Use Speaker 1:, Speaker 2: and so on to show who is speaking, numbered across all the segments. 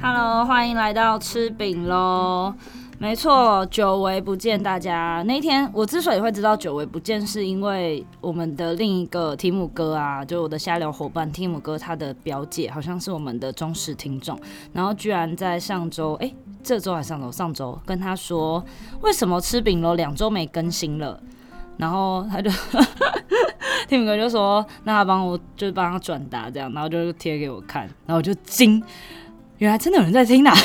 Speaker 1: 欢迎来到吃饼喽。没错，久违不见大家。那一天我之所以会知道久违不见，是因为我们的另一个提姆哥啊，就我的下流伙伴提姆哥，他的表姐好像是我们的忠实听众，然后居然在上周，哎、这周还是上周，上周跟他说，为什么吃饼喽两周没更新了？然后他就 提姆哥就说，那他帮我就帮他转达这样，然后就贴给我看，然后我就惊，原来真的有人在听呐、啊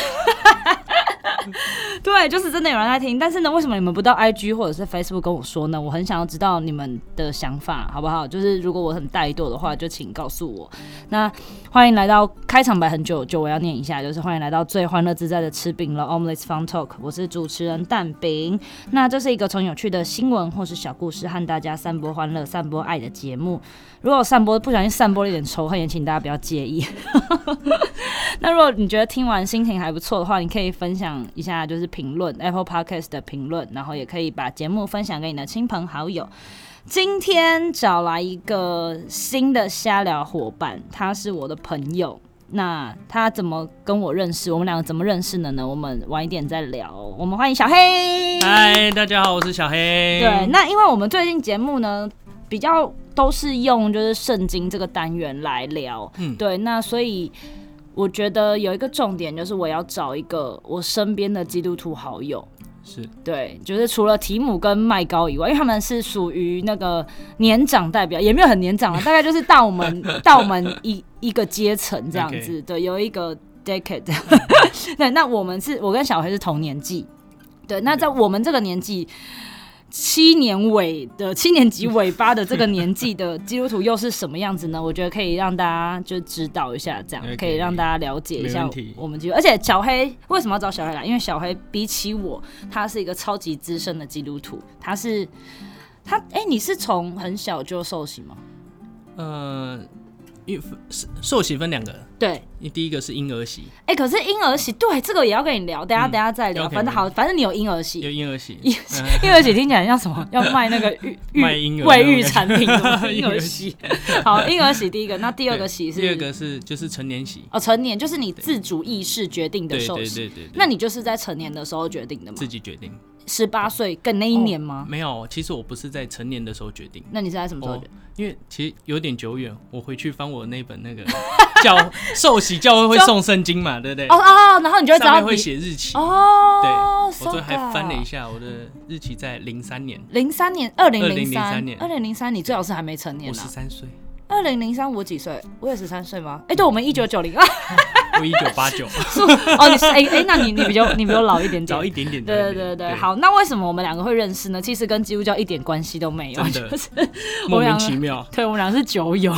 Speaker 1: 对，就是真的有人在听，但是呢，为什么你们不到 IG 或者是 Facebook 跟我说呢？我很想要知道你们的想法，好不好？就是如果我很怠惰的话，就请告诉我。那欢迎来到开场白很久，就我要念一下，就是欢迎来到最欢乐自在的吃饼了 Omelets Fun Talk，我是主持人蛋饼。那这是一个从有趣的新闻或是小故事和大家散播欢乐、散播爱的节目。如果散播不小心散播了一点仇恨，也请大家不要介意。 那如果你觉得听完心情还不错的话，你可以分享一下，就是评论 Apple Podcast 的评论，然后也可以把节目分享给你的亲朋好友。今天找来一个新的瞎聊伙伴，他是我的朋友。那他怎么跟我认识？我们两个怎么认识的呢？我们晚一点再聊哦。我们欢迎小黑。
Speaker 2: 嗨，大家好，我是小黑。
Speaker 1: 对，那因为我们最近节目呢，比较都是用就是圣经这个单元来聊，
Speaker 2: 嗯
Speaker 1: 对，那所以我觉得有一个重点就是我要找一个我身边的基督徒好友。
Speaker 2: 是
Speaker 1: 对，就是除了提姆跟麦高以外，因为他们是属于那个年长代表，也没有很年长了，大概就是大我们大我们一一个阶层这样子。对，有一个 decade 这样。 对，那我们是我跟小黑是同年纪。对，那在我们这个年纪，七年尾的七年级尾巴的这个年纪的基督徒又是什么样子呢？我觉得可以让大家就知道一下，这样
Speaker 2: OK，
Speaker 1: 可以让大家了解一
Speaker 2: 没
Speaker 1: 下
Speaker 2: 问题
Speaker 1: 我们基督。而且小黑为什么要找小黑来？因为小黑比起我，他是一个超级资深的基督徒，他是。他哎、你是从很小就受洗吗？
Speaker 2: 嗯呃，一受受洗分两个，
Speaker 1: 对，
Speaker 2: 第一个是婴儿洗，
Speaker 1: 哎、可是婴儿洗，对，这个也要跟你聊，等一下、
Speaker 2: 嗯
Speaker 1: 等一下再聊。
Speaker 2: OK，
Speaker 1: 反正好，反正你有婴儿洗，
Speaker 2: 有婴儿洗，
Speaker 1: 婴婴儿洗听起来像什么？要卖 那个浴浴
Speaker 2: 卖婴儿
Speaker 1: 卫
Speaker 2: 那
Speaker 1: 浴
Speaker 2: 种
Speaker 1: 产品，什么婴
Speaker 2: 婴
Speaker 1: 儿
Speaker 2: 儿
Speaker 1: 洗。好，婴儿洗第一个，那 第
Speaker 2: 第
Speaker 1: 二个洗是
Speaker 2: 第二个是就是成年洗，
Speaker 1: 哦，成年就是你自主意识决定的
Speaker 2: 对
Speaker 1: 受
Speaker 2: 对
Speaker 1: 洗。
Speaker 2: 对对，对
Speaker 1: 那你就是在成年的时候决定的吗
Speaker 2: 自？己决定。
Speaker 1: 十八岁跟那一年吗？
Speaker 2: 没有，其实我不是在成年的时候决定，
Speaker 1: 那你是啊在什么时候
Speaker 2: 哦
Speaker 1: 决定？，
Speaker 2: 因为其实有点久远，我回去翻我那本那个 教受洗教会会送圣经 嘛，对不对
Speaker 1: 哦？哦，哦然后你就会知
Speaker 2: 上
Speaker 1: 道
Speaker 2: 面会
Speaker 1: 你
Speaker 2: 写日期，对，
Speaker 1: 哦
Speaker 2: 我，昨天还翻了一
Speaker 1: 下。
Speaker 2: 下，我的日期在零三年，
Speaker 1: 零三年，二零零
Speaker 2: 2003年
Speaker 1: 二零零三，你最好是还没成年
Speaker 2: 我
Speaker 1: 呢
Speaker 2: 十。三岁，
Speaker 1: 二零零三，我几岁？我也十三岁吗？哎，对，我们一九九零啊。
Speaker 2: 我一九八 九。
Speaker 1: 是哦，你是哎哎，那你你比较你比较老一点点，
Speaker 2: 早一点点。
Speaker 1: 对对对对，，好，那为什么我们两个会认识呢？其实跟基督教一点关系都 没有，
Speaker 2: 真
Speaker 1: 就
Speaker 2: 的
Speaker 1: 是我们
Speaker 2: 莫名
Speaker 1: 两
Speaker 2: 其
Speaker 1: 个。
Speaker 2: 妙，
Speaker 1: 对，我们俩是酒友，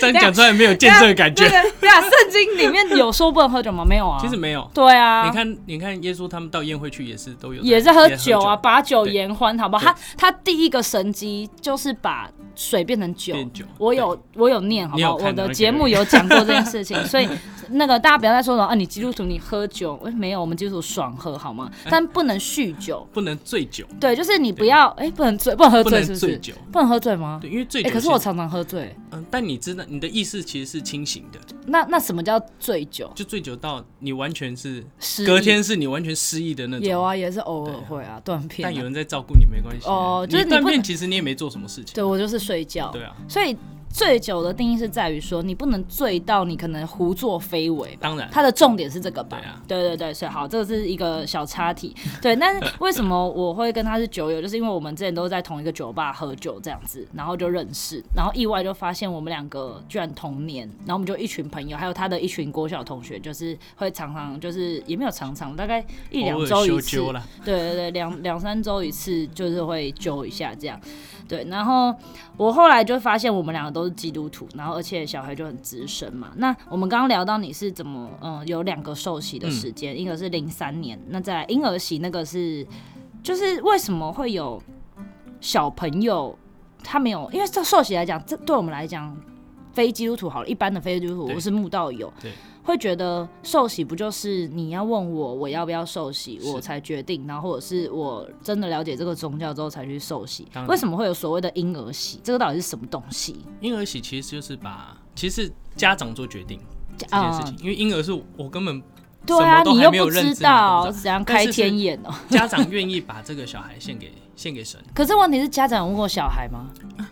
Speaker 2: 但讲出来没有见证的感 觉
Speaker 1: 对。对对啊，圣经里面有说不能喝酒吗？没有啊。
Speaker 2: 其实没有，
Speaker 1: 对啊，
Speaker 2: 你看，你看，耶稣他们到宴会去也是都有，
Speaker 1: 也是喝酒啊，，把酒
Speaker 2: 对
Speaker 1: 言欢，好不好？
Speaker 2: 对
Speaker 1: 他他第一个神机就是把水变成酒。
Speaker 2: 变酒。
Speaker 1: 我有我有念，好不
Speaker 2: 你
Speaker 1: 好？
Speaker 2: 有看
Speaker 1: 我的
Speaker 2: 那个
Speaker 1: 节目有讲过这件事 情，所以那个大家不要再说什么啊，你基督徒你喝酒，哎没有，我们基督徒爽喝好吗？但不能酗酒，
Speaker 2: 对不能醉酒，
Speaker 1: 对，就是你不要哎、不能醉，不能喝
Speaker 2: 不
Speaker 1: 醉
Speaker 2: 能
Speaker 1: 是不
Speaker 2: 醉
Speaker 1: 是？
Speaker 2: 酒，
Speaker 1: 不能喝醉吗？
Speaker 2: 对，因为醉
Speaker 1: 哎、
Speaker 2: 酒。
Speaker 1: 可是我，常常喝醉，
Speaker 2: 嗯，但你知道，你的意识其实是清醒的，
Speaker 1: 那那什么叫醉酒？
Speaker 2: 就醉酒到你完全是
Speaker 1: 失忆
Speaker 2: 隔天是你完全失忆的那种。
Speaker 1: 有啊，也是偶尔会啊，断片
Speaker 2: 但有
Speaker 1: 啊、
Speaker 2: 人在照顾你没关系啊。
Speaker 1: 哦就是你
Speaker 2: 你断
Speaker 1: 不
Speaker 2: 片，
Speaker 1: 能
Speaker 2: 其实你也没做什么事情。
Speaker 1: 对我就是睡觉，
Speaker 2: 对啊，
Speaker 1: 所以醉酒的定义是在于说，你不能醉到你可能胡作非为吧。
Speaker 2: 当然，
Speaker 1: 它的重点是这个吧？
Speaker 2: 对啊
Speaker 1: 对对对，所以好，这个是一个小插题。 对，但是为什么我会跟他是酒友，就是因为我们之前都在同一个酒吧喝酒这样子，然后就认识，然后意外就发现我们两个居然同年，然后我们就一群朋友，还有他的一群国小同学，就是会常常就是也没有常常，大概一两
Speaker 2: 偶尔
Speaker 1: 周一
Speaker 2: 修
Speaker 1: 次，
Speaker 2: 纠啦，
Speaker 1: 对对对，两两三周一次就是会揪一下这样。对，然后我后来就发现我们两个都是基督徒，然后而且小孩就很资深嘛。那我们刚刚聊到你是怎么，嗯、有两个受洗的时间，一个是零三年，那在婴儿洗那个是，就是为什么会有小朋友他没有，因为这受洗来讲，这对我们来讲。非基督徒好了，一般的非基督徒，
Speaker 2: 对
Speaker 1: 我是慕道友
Speaker 2: 对，
Speaker 1: 会觉得受洗不就是你要问我我要不要受洗，我才决定，然后或者是我真的了解这个宗教之后才去受洗
Speaker 2: 当。然
Speaker 1: 为什么会有所谓的婴儿洗？这个到底是什么东西？
Speaker 2: 婴儿洗其实就是把，其实是家长做决定。这件
Speaker 1: 啊
Speaker 2: 事情，因为婴儿是我根本
Speaker 1: 对啊，
Speaker 2: 什么都
Speaker 1: 你
Speaker 2: 还
Speaker 1: 又
Speaker 2: 没有
Speaker 1: 不
Speaker 2: 认知
Speaker 1: 知
Speaker 2: 你都不
Speaker 1: 道
Speaker 2: 知道
Speaker 1: 怎样
Speaker 2: 但
Speaker 1: 开
Speaker 2: 是是
Speaker 1: 天眼哦、
Speaker 2: 家长愿意把这个小孩献给 献给神，
Speaker 1: 可是问题是，家长有问过小孩吗？
Speaker 2: 哎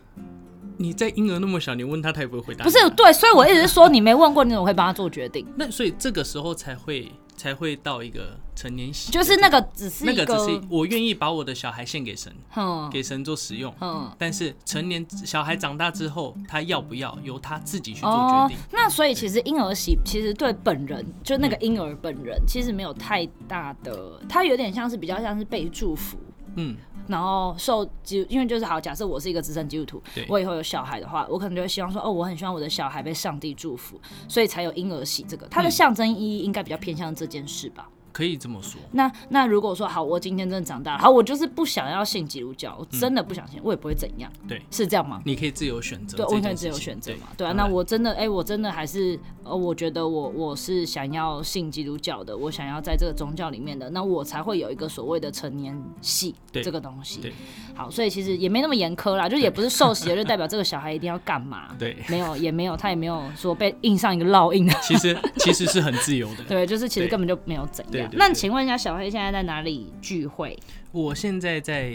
Speaker 2: 你在婴儿那么小，你啊问他，他也不会回答。
Speaker 1: 不是，，对，所以我一直说你没问过，你怎么会帮他做决定？
Speaker 2: 那所以这个时候才会才会到一个成年期，
Speaker 1: 就是那个只是
Speaker 2: 那
Speaker 1: 一
Speaker 2: 个只是我愿意把我的小孩献给神，
Speaker 1: 嗯
Speaker 2: 给神做使用。
Speaker 1: 嗯
Speaker 2: 但是成年小孩长大之后，他要不要由他自己去做
Speaker 1: 哦
Speaker 2: 决定。，
Speaker 1: 那所以其实婴儿洗其实对本人就那个婴儿本人其实没有太大的，他有点像是比较像是被祝福。
Speaker 2: 嗯，
Speaker 1: 然后受基，因为就是好，假设我是一个资深基督徒
Speaker 2: 对，
Speaker 1: 我以后有小孩的话，我可能就会希望说，哦，我很希望我的小孩被上帝祝福，所以才有婴儿洗这个，它的
Speaker 2: 嗯
Speaker 1: 象征意义应该比较偏向这件事吧。
Speaker 2: 可以这么说。
Speaker 1: 那那如果说好，我今天真的长大了，好，我就是不想要信基督教，
Speaker 2: 嗯
Speaker 1: 我真的不想信，我也不会怎样，
Speaker 2: 对，
Speaker 1: 是这样吗？
Speaker 2: 你可以自由选择
Speaker 1: 对，
Speaker 2: 这
Speaker 1: 我可
Speaker 2: 件事情，
Speaker 1: 能自由选择嘛，对啊。
Speaker 2: 当
Speaker 1: 那
Speaker 2: 然
Speaker 1: 我真的，哎、我真的还是，呃，我觉得我我是想要信基督教的，我想要在这个宗教里面的，那我才会有一个所谓的成年系
Speaker 2: 对
Speaker 1: 这个东西
Speaker 2: 对。
Speaker 1: 好，所以其实也没那么严苛啦，就是也不是受洗的就代表这个小孩一定要干嘛，
Speaker 2: 对，
Speaker 1: 没有也没有，他也没有说被印上一个烙印的，
Speaker 2: 其实 其实是很自由的。
Speaker 1: 对，就是其实
Speaker 2: 对
Speaker 1: 根本就没有怎
Speaker 2: 对
Speaker 1: 样。
Speaker 2: 对
Speaker 1: 那
Speaker 2: 对
Speaker 1: 请问一下，小黑现在在哪里聚会？
Speaker 2: 我现在在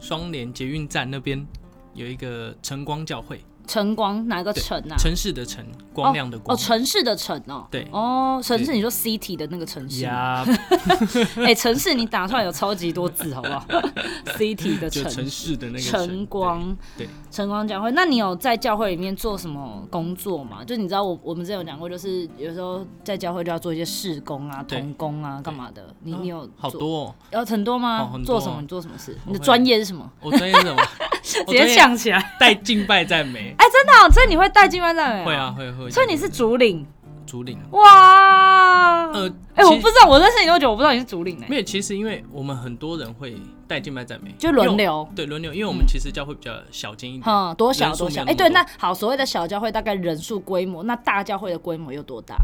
Speaker 2: 双连捷运站那边有一个晨光教会，
Speaker 1: 晨光哪个
Speaker 2: 对
Speaker 1: 城啊？
Speaker 2: 城市的城，光亮的
Speaker 1: 哦，
Speaker 2: 光。
Speaker 1: 城市的城哦，
Speaker 2: 对
Speaker 1: 哦，城市
Speaker 2: 对
Speaker 1: 你说 city 的那个城市吗，
Speaker 2: 呀，
Speaker 1: 哎、城市你打出来有超级多字，好不 好？City 的
Speaker 2: 就
Speaker 1: 城
Speaker 2: 城，市的那个
Speaker 1: 晨
Speaker 2: 城。
Speaker 1: 光，
Speaker 2: 对对
Speaker 1: 晨光教会。那你有在教会里面做什么工作吗？就你知道我我们之前有讲过，就是有时候在教会就要做一些事工啊、
Speaker 2: 对
Speaker 1: 童工啊、干嘛的。你
Speaker 2: 啊
Speaker 1: 你有
Speaker 2: 好
Speaker 1: 做
Speaker 2: 多 哦，
Speaker 1: 有很多吗？
Speaker 2: 哦很
Speaker 1: 做
Speaker 2: 多啊
Speaker 1: 什么？你做什么事？你的
Speaker 2: 会
Speaker 1: 专业是什么？
Speaker 2: 我专业是什么？
Speaker 1: 直接
Speaker 2: 想
Speaker 1: 呛起来！
Speaker 2: 带敬拜赞美。
Speaker 1: 哎、真的哦、所以你会带敬拜赞美？
Speaker 2: 会。啊会会。
Speaker 1: 所以你是竹领
Speaker 2: 竹林？
Speaker 1: 哇？
Speaker 2: 呃，
Speaker 1: 哎、我
Speaker 2: 其
Speaker 1: 不知道，我认识你多久，我不知道你是竹领呢、欸
Speaker 2: 没有，其实因为我们很多人会带敬拜赞美，
Speaker 1: 就轮
Speaker 2: 因为
Speaker 1: 流
Speaker 2: 我。对轮流，因为我们其实教会比较小间一点，
Speaker 1: 嗯，多小
Speaker 2: 人数
Speaker 1: 多
Speaker 2: 没
Speaker 1: 小？哎、
Speaker 2: 有那么
Speaker 1: 对，
Speaker 2: 多
Speaker 1: 那好，所谓的小教会大概人数规模，那大教会的规模有多大？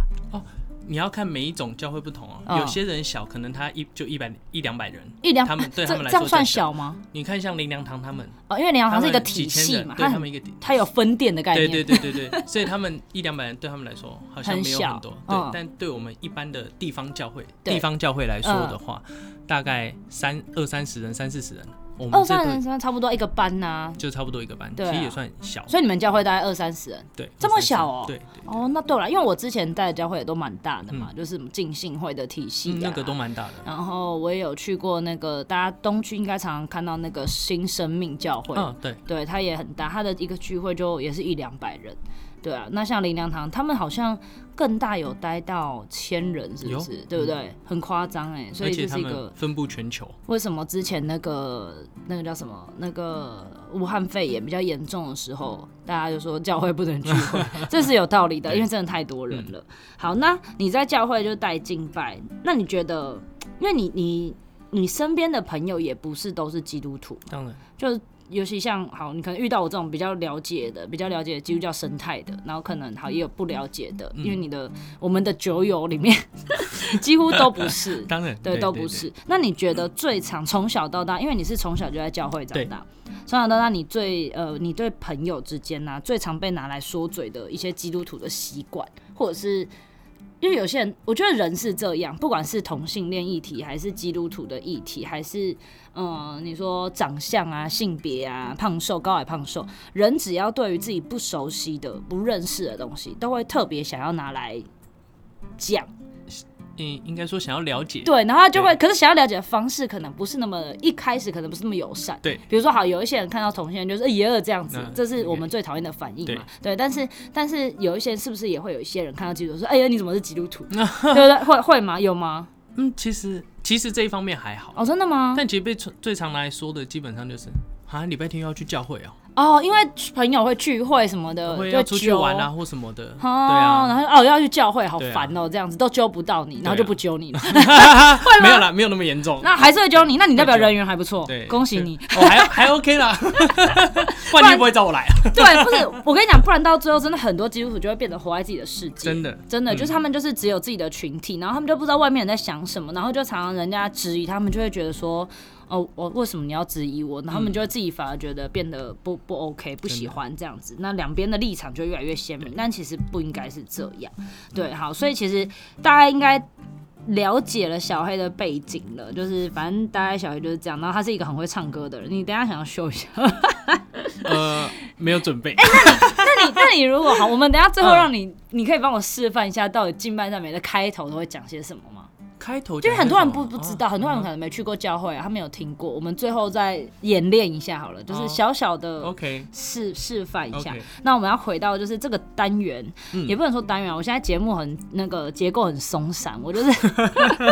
Speaker 2: 你要看每一种教会不同
Speaker 1: 嗯
Speaker 2: 啊，有些人小，可能他一就一百一两百人，
Speaker 1: 一两
Speaker 2: 他们对
Speaker 1: 这
Speaker 2: 他们来
Speaker 1: 这
Speaker 2: 说
Speaker 1: 样算
Speaker 2: 叫小
Speaker 1: 小吗？
Speaker 2: 你看像林良堂他们，
Speaker 1: 哦，因为联
Speaker 2: 他
Speaker 1: 航是
Speaker 2: 们
Speaker 1: 一个
Speaker 2: 几
Speaker 1: 体
Speaker 2: 千
Speaker 1: 系
Speaker 2: 人
Speaker 1: 嘛，
Speaker 2: 对
Speaker 1: 它
Speaker 2: 他
Speaker 1: 很
Speaker 2: 们一个体，
Speaker 1: 它有分店的概
Speaker 2: 对
Speaker 1: 念。
Speaker 2: 对对对对， 所以他们一两百人对他们来说好像
Speaker 1: 很
Speaker 2: 没有
Speaker 1: 小
Speaker 2: 很多，
Speaker 1: 嗯
Speaker 2: 对，但对我们一般的地方教会，
Speaker 1: 对
Speaker 2: 地方教会来说的话，大概三二三十人、三四十
Speaker 1: 哦
Speaker 2: 人，我
Speaker 1: 二
Speaker 2: 们这
Speaker 1: 三人
Speaker 2: 队
Speaker 1: 差不多一个班呐、
Speaker 2: 就差不多一个班，其
Speaker 1: 对啊
Speaker 2: 实也算小，
Speaker 1: 所以你们教会大概二三十人。
Speaker 2: 对，
Speaker 1: 这么
Speaker 2: 23
Speaker 1: 小哦
Speaker 2: 对嗯对，
Speaker 1: 哦，那对了，因为我之前带的教会也都蛮大的嘛，就是什么浸信会的体系、啊
Speaker 2: 嗯那个都蛮大的，
Speaker 1: 然后我也有去过那个，大家东区应该常常看到那个新生命教会，
Speaker 2: 嗯，对，
Speaker 1: 对，它也很大，它的一个聚会就也是一两百人，对啊。那像林良堂，他们好像更大有待到千人，是不
Speaker 2: 有嗯
Speaker 1: 是？对不对？很夸张哎，所
Speaker 2: 而
Speaker 1: 以
Speaker 2: 且
Speaker 1: 这
Speaker 2: 他
Speaker 1: 是一
Speaker 2: 们
Speaker 1: 个
Speaker 2: 分布全球，
Speaker 1: 为什么之前那个那个叫什么那个武汉肺炎比较严重的时候，大家就说教会不能聚会，这是有道理的，因为真的太多人了。
Speaker 2: 嗯
Speaker 1: 好，那你在教会就带敬拜，那你觉得，因为你你你身边的朋友也不是都是基督徒，
Speaker 2: 当然，
Speaker 1: 就是尤其像好，你可能遇到我这种比较了解的、比较了解基督教生态的，然后可能好也有不了解的，因为你的我们的酒友里面 几乎都不是，
Speaker 2: 当然，
Speaker 1: 对，都不。是。那你觉得最常从小到大，因为你是从小就在教会长大，从小到大你最呃，你对朋友之间呢、最常被拿来说嘴的一些基督徒的习惯，或者是。因为有些人，我觉得人是这样，不管是同性恋议题，还是基督徒的议题，还是嗯、呃你说长相啊、性别啊、胖瘦、高矮、胖瘦，人只要对于自己不熟悉的、不认识的东西，都会特别想要拿来讲。
Speaker 2: 嗯，应该说想要了解，
Speaker 1: 对，然后他就会，可是想要了解的方式可能不是那么一开始可能不是那么友善。
Speaker 2: 对，
Speaker 1: 比如说好，有一些人看到同性恋就是哎也有这样子
Speaker 2: 嗯，
Speaker 1: 这是我们
Speaker 2: 对
Speaker 1: 最讨厌的反应嘛。对，但是但是有一些人是不是也会有一些人看到基督徒说，哎呀你怎么是基 督徒？对不对？会会吗？有吗？
Speaker 2: 嗯，其实其实这一方面还好，
Speaker 1: 哦，真的吗？
Speaker 2: 但其实被最最常来说的，基本上就是啊，礼拜天又要去教会哦，
Speaker 1: 哦，因为朋友会聚会什么的，
Speaker 2: 会
Speaker 1: 就
Speaker 2: 要出去玩啊
Speaker 1: 揪。
Speaker 2: 或什么的，对
Speaker 1: 哦，然
Speaker 2: 啊，
Speaker 1: 后哦要去教会，好
Speaker 2: 对啊
Speaker 1: 烦哦，这样子都揪不到你，然后就
Speaker 2: 对啊
Speaker 1: 不揪你了。
Speaker 2: 没有啦，没有那么严重，
Speaker 1: 那还是会揪你，那你代表
Speaker 2: 会揪
Speaker 1: 人缘还不错
Speaker 2: 对，，
Speaker 1: 恭喜你。
Speaker 2: 哦，还还 OK 啦，不然你也不会找我来啊，
Speaker 1: 对，不是我跟你讲，不然到最后真的很多基督徒就会变得活在自己的世界，
Speaker 2: 真的
Speaker 1: 真的、
Speaker 2: 嗯
Speaker 1: 就是他们就是只有自己的群体，然后他们就不知道外面人在想什么，然后就常常人家质疑，他们就会觉得说。哦，我为什么你要质疑我？然后他们就会自己反而觉得变得不不 OK，不喜欢这样子。那两边的立场就越来越鲜明，但其实不应该是这样。对，好，所以其实大家应该了解了小黑的背景了，就是反正大概小黑就是这样，然后他是一个很会唱歌的人。你等一下想要秀一下，
Speaker 2: 呃，没有准备，
Speaker 1: 哎那 你那你如果好，我们等一下最后
Speaker 2: 嗯
Speaker 1: 让你，你可以帮我示范一下，到底敬拜赞美的开头都会讲些什么吗？
Speaker 2: 开头
Speaker 1: 就是
Speaker 2: 讲
Speaker 1: 很
Speaker 2: 那
Speaker 1: 多人
Speaker 2: 种
Speaker 1: 不
Speaker 2: 啊
Speaker 1: 不知道，很多人可能没去过教会啊，他没有听过。我们最后再演练一下好了，就是
Speaker 2: 哦
Speaker 1: 小小的
Speaker 2: OK
Speaker 1: 示示范一下
Speaker 2: OK。
Speaker 1: 那我们要回到就是这个单元，
Speaker 2: 嗯
Speaker 1: 也不能说单元啊，我现在节目很那个结构很松散，我就是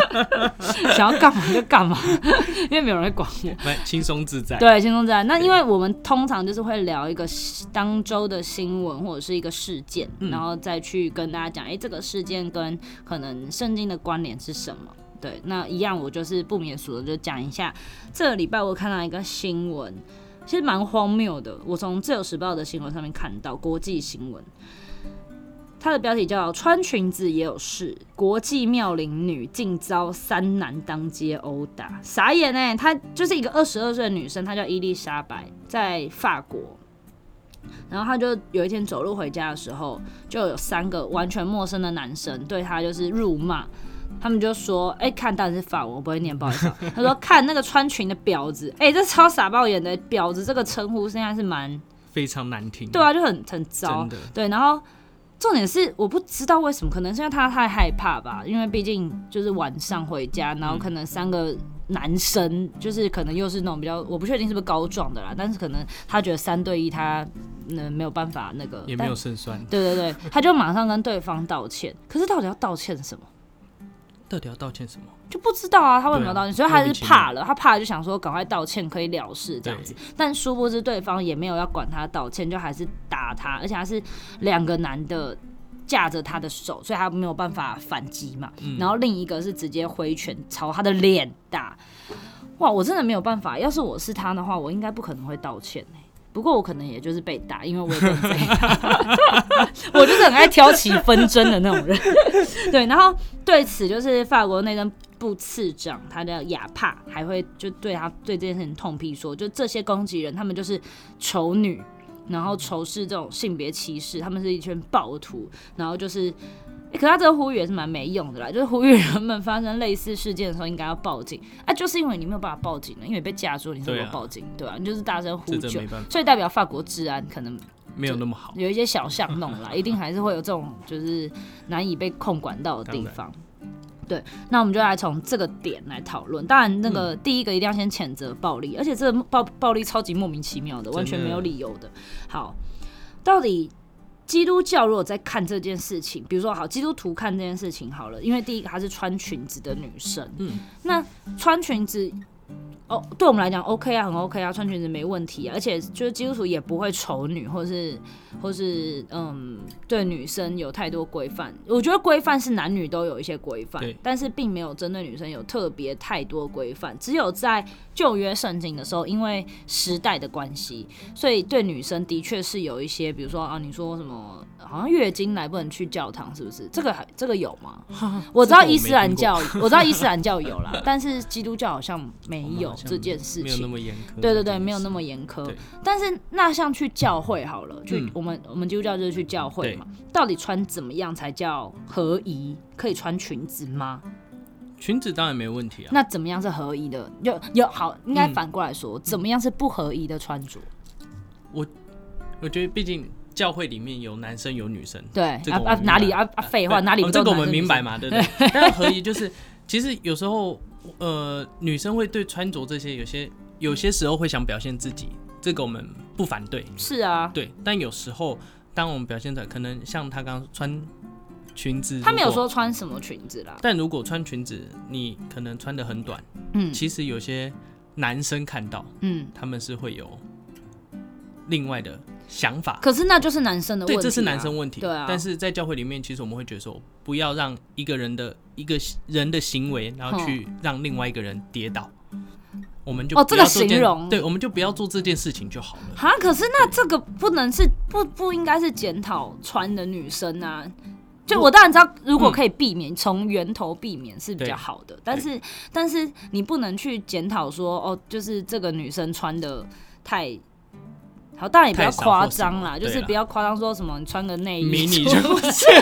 Speaker 1: 想要干嘛就干嘛， 因为没有人会管我。
Speaker 2: 蛮轻松自在。
Speaker 1: 对，轻松自在。那因为我们通常就是会聊一个当周的新闻或者是一个事件，
Speaker 2: 嗯
Speaker 1: 然后再去跟大家讲，哎、这个事件跟可能圣经的关联是什么。对，那一样我就是不免俗的就讲一下，这个礼拜我看到一个新闻，其实蛮荒谬的。我从《自由时报》的新闻上面看到国际新闻，它的标题叫“穿裙子也有事”，国际妙龄女竟遭三男当街殴打，傻眼哎、她就是一个二十二岁的女生，她叫伊丽莎白，在法国。然后她就有一天走路回家的时候，就有三个完全陌生的男生对她就是辱骂。他们就说：“哎、看，当然是法文，我不会念，不好意思啊。”他说：“看那个穿裙的婊子，哎、这超傻爆眼的婊子，这个称呼现在是蛮
Speaker 2: 非常难听。
Speaker 1: 对啊，就很很糟。
Speaker 2: 真的
Speaker 1: 对，然后重点是我不知道为什么，可能是因为他太害怕吧，因为毕竟就是晚上回家，然后可能三个男生，就是可能又是那种比较，我不确定是不是高壮的啦，但是可能他觉得三对一他嗯没有办法那个，
Speaker 2: 也
Speaker 1: 但
Speaker 2: 没有胜算，
Speaker 1: 对对对，他就马上跟对方道歉，可是到底要道歉什么？
Speaker 2: 到底要道歉什么？
Speaker 1: 就不知道啊，他为什么要道歉？所
Speaker 2: 对啊
Speaker 1: 以他是怕了，他怕了就想说赶快道歉可以了事这样子
Speaker 2: 对。
Speaker 1: 但殊不知对方也没有要管他道歉，就还是打他，而且还是两个男的架着他的手，所以他没有办法反击嘛。
Speaker 2: 嗯
Speaker 1: 然后另一个是直接挥拳朝他的脸打。哇，我真的没有办法，要是我是他的话，我应该不可能会道歉、欸、不过我可能也就是被打，因为我也不能这样。 我就是很爱挑起纷争的那种人。对，然后对此就是法国内政部次长，他叫亚帕，还会就对他对这件事情痛批说，就这些攻击人，他们就是仇女，然后仇视这种性别歧视，他们是一群暴徒，然后就是。欸可他这个呼吁也是蛮没用的啦，就是呼吁人们发生类似事件的时候应该要报警啊，就是因为你没有办法报警呢，因为被架住，你怎
Speaker 2: 对
Speaker 1: 么
Speaker 2: 啊
Speaker 1: 报警？对吧、你就是大声呼
Speaker 2: 这真
Speaker 1: 救
Speaker 2: 没办，法
Speaker 1: 所以代表法国治安可能
Speaker 2: 没有那么好。
Speaker 1: 有一些小巷弄 啦，一定还是会有这种就是难以被控管到的地方。对，那我们就来从这个点来讨论。当然，那
Speaker 2: 嗯
Speaker 1: 个第一个一定要先谴责暴力，而且这个暴暴力超级莫名其妙的，完全没有理由的。好，到底基督教如果在看这件事情，比如说好基督徒看这件事情好了，因为第一个她是穿裙子的女生，
Speaker 2: 嗯，
Speaker 1: 那穿裙子。哦，对我们来讲，OK 啊，很 OK 啊，穿裙子没问题、啊，而且就是基督徒也不会丑女，或是或是嗯，对女生有太多规范。我觉得规范是男女都有一些规范
Speaker 2: 对，
Speaker 1: 但是并没有针对女生有特别太多规范。只有在旧约圣经的时候，因为时代的关系，所以对女生的确是有一些，比如说啊，你说什么，好像月经来不能去教堂，是不是？这个还这个有吗？我知道伊斯兰教，我知道伊斯兰教有啦， 但是基督教好像没有
Speaker 2: 好像
Speaker 1: 这件事
Speaker 2: 没有那
Speaker 1: 情。
Speaker 2: 么严苛。
Speaker 1: 对对对，没有那么严苛
Speaker 2: 对。
Speaker 1: 但是那像去教会好了，去、
Speaker 2: 嗯
Speaker 1: 我们我们基督教就是去教会
Speaker 2: 对
Speaker 1: 嘛，到底穿怎么样才叫合宜？可以穿裙子吗？
Speaker 2: 裙子当然没问题啊。
Speaker 1: 那怎么样是合宜的？有有好，应该
Speaker 2: 嗯
Speaker 1: 反过来说，怎么样是不合宜的穿着？
Speaker 2: 我觉得毕竟教会里面有男生有女生，
Speaker 1: 对
Speaker 2: 这
Speaker 1: 啊
Speaker 2: 个我
Speaker 1: 啊
Speaker 2: 明白
Speaker 1: 哪里啊啊废话
Speaker 2: 对
Speaker 1: 哪里
Speaker 2: 哦
Speaker 1: 不
Speaker 2: 这
Speaker 1: 都
Speaker 2: 个
Speaker 1: 男
Speaker 2: 我们
Speaker 1: 生
Speaker 2: 明
Speaker 1: 女
Speaker 2: 白
Speaker 1: 生
Speaker 2: 嘛，对不对？ 但合一就是，其实有时候呃，女生会对穿着这些有些有些时候会想表现自己，这个我们不反对，
Speaker 1: 是啊，
Speaker 2: 对。但有时候当我们表现出来，可能像她刚刚穿裙子，
Speaker 1: 他没有
Speaker 2: 如果
Speaker 1: 说穿什么裙子啦，
Speaker 2: 但如果穿裙子，你可能穿的很短，
Speaker 1: 嗯
Speaker 2: 其实有些男生看到
Speaker 1: 嗯，
Speaker 2: 他们是会有另外的想法。
Speaker 1: 可是那就是男生的问
Speaker 2: 对，
Speaker 1: 题、啊，
Speaker 2: 这是男生问题。
Speaker 1: 对啊
Speaker 2: 但是在教会里面，其实我们会觉得说，不要让一个人的一个人的行为，然后去让另外一个人跌倒。我们就
Speaker 1: 哦
Speaker 2: 不
Speaker 1: 这
Speaker 2: 要
Speaker 1: 个
Speaker 2: 做件
Speaker 1: 形容
Speaker 2: 对，我们就不要做这件事情就好了。
Speaker 1: 哈，可是那这个不能是不不应该是检讨穿的女生啊。就我当然知道，如
Speaker 2: 嗯
Speaker 1: 果可以避免，从、源头避免是比较好的。但是，但是你不能去检讨说，哦，就是这个女生穿的太好，当然也不要
Speaker 2: 太少
Speaker 1: 夸
Speaker 2: 或什
Speaker 1: 张
Speaker 2: 么
Speaker 1: 啦，就
Speaker 2: 对
Speaker 1: 是
Speaker 2: 啦
Speaker 1: 不要夸张说什么你穿个内衣
Speaker 2: 迷你
Speaker 1: 出
Speaker 2: 就
Speaker 1: 门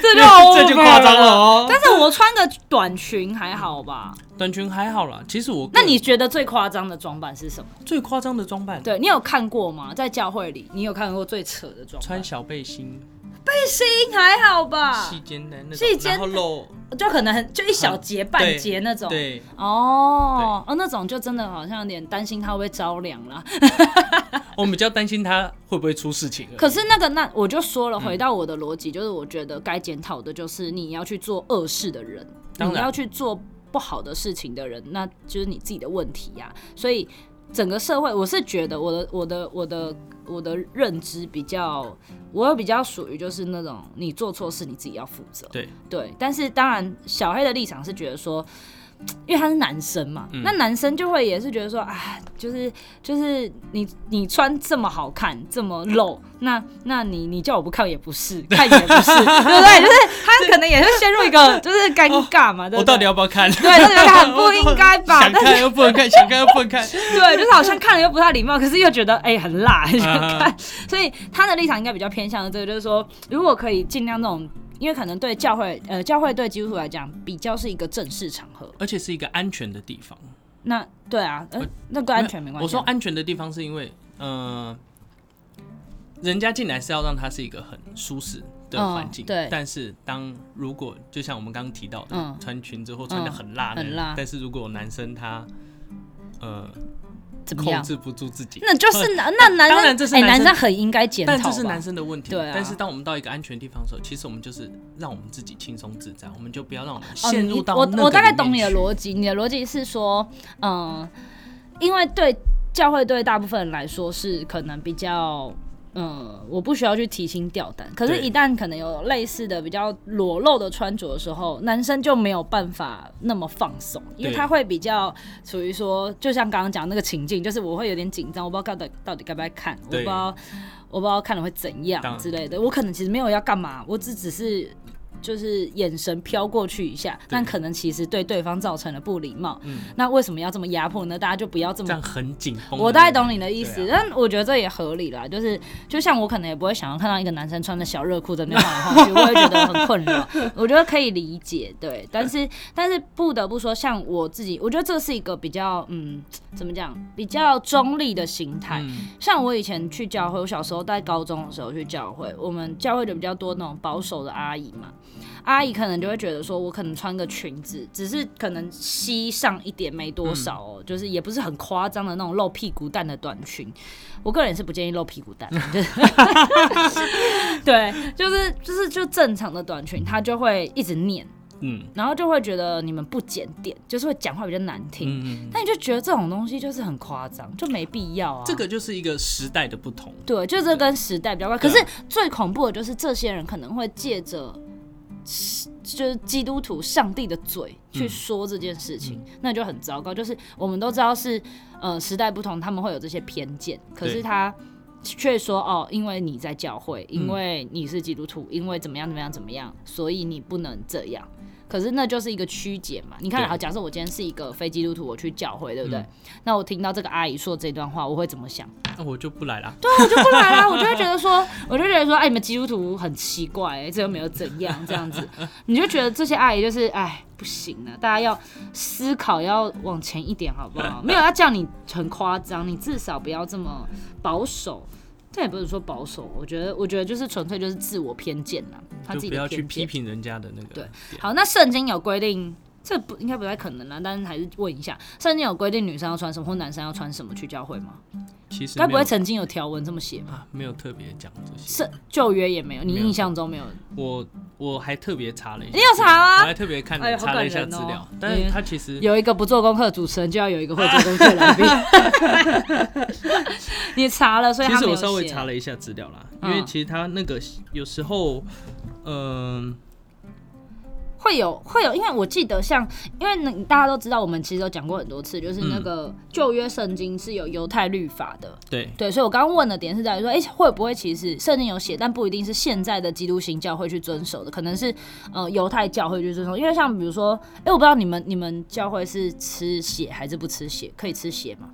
Speaker 1: 这就 over
Speaker 2: 这就夸张了
Speaker 1: 了。
Speaker 2: 哦。嗯
Speaker 1: 但是我穿个短裙还好吧？
Speaker 2: 短裙还好啦，其实我
Speaker 1: 那你觉得最夸张的装扮是什么？
Speaker 2: 最夸张的装扮，
Speaker 1: 对你有看过吗？在教会里，你有看过最扯的装扮？
Speaker 2: 穿小背心、
Speaker 1: 背心还好吧？
Speaker 2: 细肩带那种
Speaker 1: 啊细，肩
Speaker 2: 然后露
Speaker 1: 就可能很就一小节半
Speaker 2: 啊对
Speaker 1: 节那种。
Speaker 2: 对，
Speaker 1: 哦，哦，那种就真的好像有点担心它会不会着凉啦。
Speaker 2: 我们比较担心他会不会出事情而已。
Speaker 1: 可是那个那我就说
Speaker 2: 嗯
Speaker 1: 了，回到我的逻辑，就是我觉得该检讨的就是你要去做恶事的人，
Speaker 2: 当
Speaker 1: 你
Speaker 2: 然
Speaker 1: 要去做不好的事情的人，那就是你自己的问题呀、所以整个社会，我是觉得我的我的我的我的认知比较，我有比较属于就是那种你做错事你自己要负责。
Speaker 2: 对
Speaker 1: 对，但是当然，小黑的立场是觉得说，因为他是男生嘛，
Speaker 2: 嗯
Speaker 1: 那男生就会也是觉得说，啊，就是就是你你穿这么好看，这么露，那那你你叫我不看也不是，看也不是，对不对？就是他可能也是陷入一 个就是尴尬嘛，对
Speaker 2: 哦
Speaker 1: 不对？
Speaker 2: 我到底要不要看？
Speaker 1: 对，这个很不应该吧？
Speaker 2: 想
Speaker 1: 但是
Speaker 2: 看又不能看，想看又不能 看。
Speaker 1: 对，就是好像看了又不太礼貌，可是又觉得哎、很辣，很想
Speaker 2: 啊
Speaker 1: 看。所以他的立场应该比较偏向这个，就是说，如果可以尽量那种，因为可能对教会，呃，教会对基督徒来讲比较是一个正式场合。
Speaker 2: 而且是一个安全的地方，
Speaker 1: 那对啊，呃
Speaker 2: 我、
Speaker 1: 那跟安全没关系啊。
Speaker 2: 我说安全的地方是因为，呃，人家进来是要让它是一个很舒适的环境、
Speaker 1: 嗯对
Speaker 2: 但是当如果就像我们刚刚提到的，
Speaker 1: 嗯
Speaker 2: 穿裙子或穿的很辣的、
Speaker 1: 嗯很辣
Speaker 2: 但是如果男生他呃
Speaker 1: 怎么
Speaker 2: 控
Speaker 1: 样？
Speaker 2: 制不住自己，
Speaker 1: 那就是男，那男生，
Speaker 2: 当然这是
Speaker 1: 哎
Speaker 2: 男生
Speaker 1: 生很应该检讨
Speaker 2: 但
Speaker 1: 吧。
Speaker 2: 这是男生的问题。
Speaker 1: 对啊
Speaker 2: 但是当我们到一个安全地方的时候，其实我们就是让我们自己轻松自在，我们就不要让我们
Speaker 1: 哦，
Speaker 2: 陷
Speaker 1: 你
Speaker 2: 入到、
Speaker 1: 我我大概懂你的
Speaker 2: 逻。
Speaker 1: 逻辑，你的逻辑是说，嗯，因为对教会对大部分人来说是可能比较。嗯，我不需要去提心吊胆。可是，
Speaker 2: 对
Speaker 1: 一旦可能有类似的比较裸露的穿着的时候，男生就没有办法那么放松，因为
Speaker 2: 对
Speaker 1: 他会比较处于说，就像刚刚讲的那个情境，就是我会有点紧张，我不知道到底到底该不该看，我不知
Speaker 2: 对
Speaker 1: 道我不知道看了会怎样
Speaker 2: 当然
Speaker 1: 之类的。我可能其实没有要干嘛，我只只是就是眼神飘过去一下，但可能其实对对方造成了不礼貌。那为什么要这么压迫呢？大家就不要这
Speaker 2: 嗯这
Speaker 1: 么
Speaker 2: 样。很紧绷。
Speaker 1: 我大概懂你的意思，
Speaker 2: 对啊
Speaker 1: 但我觉得这也合理啦。就是就像我可能也不会想要看到一个男生穿着小热裤在那边晃来晃去，我也觉得很困 扰。我觉得可以理解，对。但是但是不得不说，像我自己，我觉得这是一个比较嗯，怎么讲，比较中立的心态。
Speaker 2: 嗯，
Speaker 1: 像我以前去教会，我小时候在高中的时候去教会，我们教会就比较多那种保守的阿姨嘛，阿姨可能就会觉得说，我可能穿个裙子，只是可能膝上一点没多少哦，就是也不是很夸张的那种露屁股蛋的短裙。我个人也是不建议露屁股蛋，就是对，就是就是就正常的短裙，她就会一直念，
Speaker 2: 嗯
Speaker 1: 然后就会觉得你们不检点，就是会讲话比较难听。
Speaker 2: 嗯，嗯
Speaker 1: 但你就觉得这种东西就是很夸张，就没必要啊。
Speaker 2: 这个就是一个时代的不同。
Speaker 1: 对，就这跟时代比较关。可
Speaker 2: 嗯对啊
Speaker 1: 是最恐怖的就是这些人可能会借着就是基督徒上帝的嘴
Speaker 2: 嗯
Speaker 1: 去说这件事情，那就很糟糕。就是我们都知道是呃时代不同，他们会有这些偏见，可是
Speaker 2: 对
Speaker 1: 他。却说哦，因为你在教会，因为你是基督徒，因为怎么样怎么样怎么样，所以你不能这样。可是那就是一个曲解嘛。你看，
Speaker 2: 对
Speaker 1: 好，假设我今天是一个非基督徒，我去教会，对不对？
Speaker 2: 嗯
Speaker 1: 那我听到这个阿姨说这段话，我会怎么想？
Speaker 2: 那我就不来啦。
Speaker 1: 我哦就不来啦，我就会觉得说，我就觉得说，哎，你们基督徒很奇怪、欸，这又没有怎样，这样子，你就觉得这些阿姨就是，哎，不行了，大家要思考，要往前一点，好不 好？没有要叫你很夸张，你至少不要这么保守。这也不是说保守，我觉得，我觉得就是纯粹就是自我偏见啦，他自
Speaker 2: 就
Speaker 1: 己
Speaker 2: 不
Speaker 1: 的
Speaker 2: 要去
Speaker 1: 偏
Speaker 2: 批
Speaker 1: 见。
Speaker 2: 评人家的那个
Speaker 1: 对
Speaker 2: 点。
Speaker 1: 好，那圣经有规定，这不应该不太可能啦，但是还是问一下，圣经有规定女生要穿什么或男生要穿什么去教会吗？
Speaker 2: 其实
Speaker 1: 该不会
Speaker 2: 没有
Speaker 1: 曾经有条文这么写吧？
Speaker 2: 啊，没有特别讲这些。
Speaker 1: 是旧约也没有，你
Speaker 2: 没有
Speaker 1: 印象中没有？
Speaker 2: 我我还特别查了一下，
Speaker 1: 你有查吗
Speaker 2: 我还特别看
Speaker 1: 哎
Speaker 2: 了
Speaker 1: 呦好
Speaker 2: 查了一下
Speaker 1: 感
Speaker 2: 资
Speaker 1: 人哦
Speaker 2: 料，但是他其实
Speaker 1: 有一个不做功课的主持人，就要有一个会做功课的来宾。 你查了，所以
Speaker 2: 其
Speaker 1: 他
Speaker 2: 实
Speaker 1: 没
Speaker 2: 我
Speaker 1: 有
Speaker 2: 稍微
Speaker 1: 写
Speaker 2: 查了一下资料啦，因
Speaker 1: 嗯
Speaker 2: 为其实他那个有时候，嗯，
Speaker 1: 会有会有，因为我记得像，因为你大家都知道，我们其实有讲过很多次，就是那
Speaker 2: 嗯
Speaker 1: 个旧约圣经是有犹太律法的，
Speaker 2: 对，
Speaker 1: 对，所以我刚刚问的点是在于说，哎、会不会其实圣经有写，但不一定是现在的基督新教会去遵守的，可能是呃犹太教会去遵守，因为像比如说，哎、我不知道你们你们教会是吃血还是不吃血，可以吃血吗？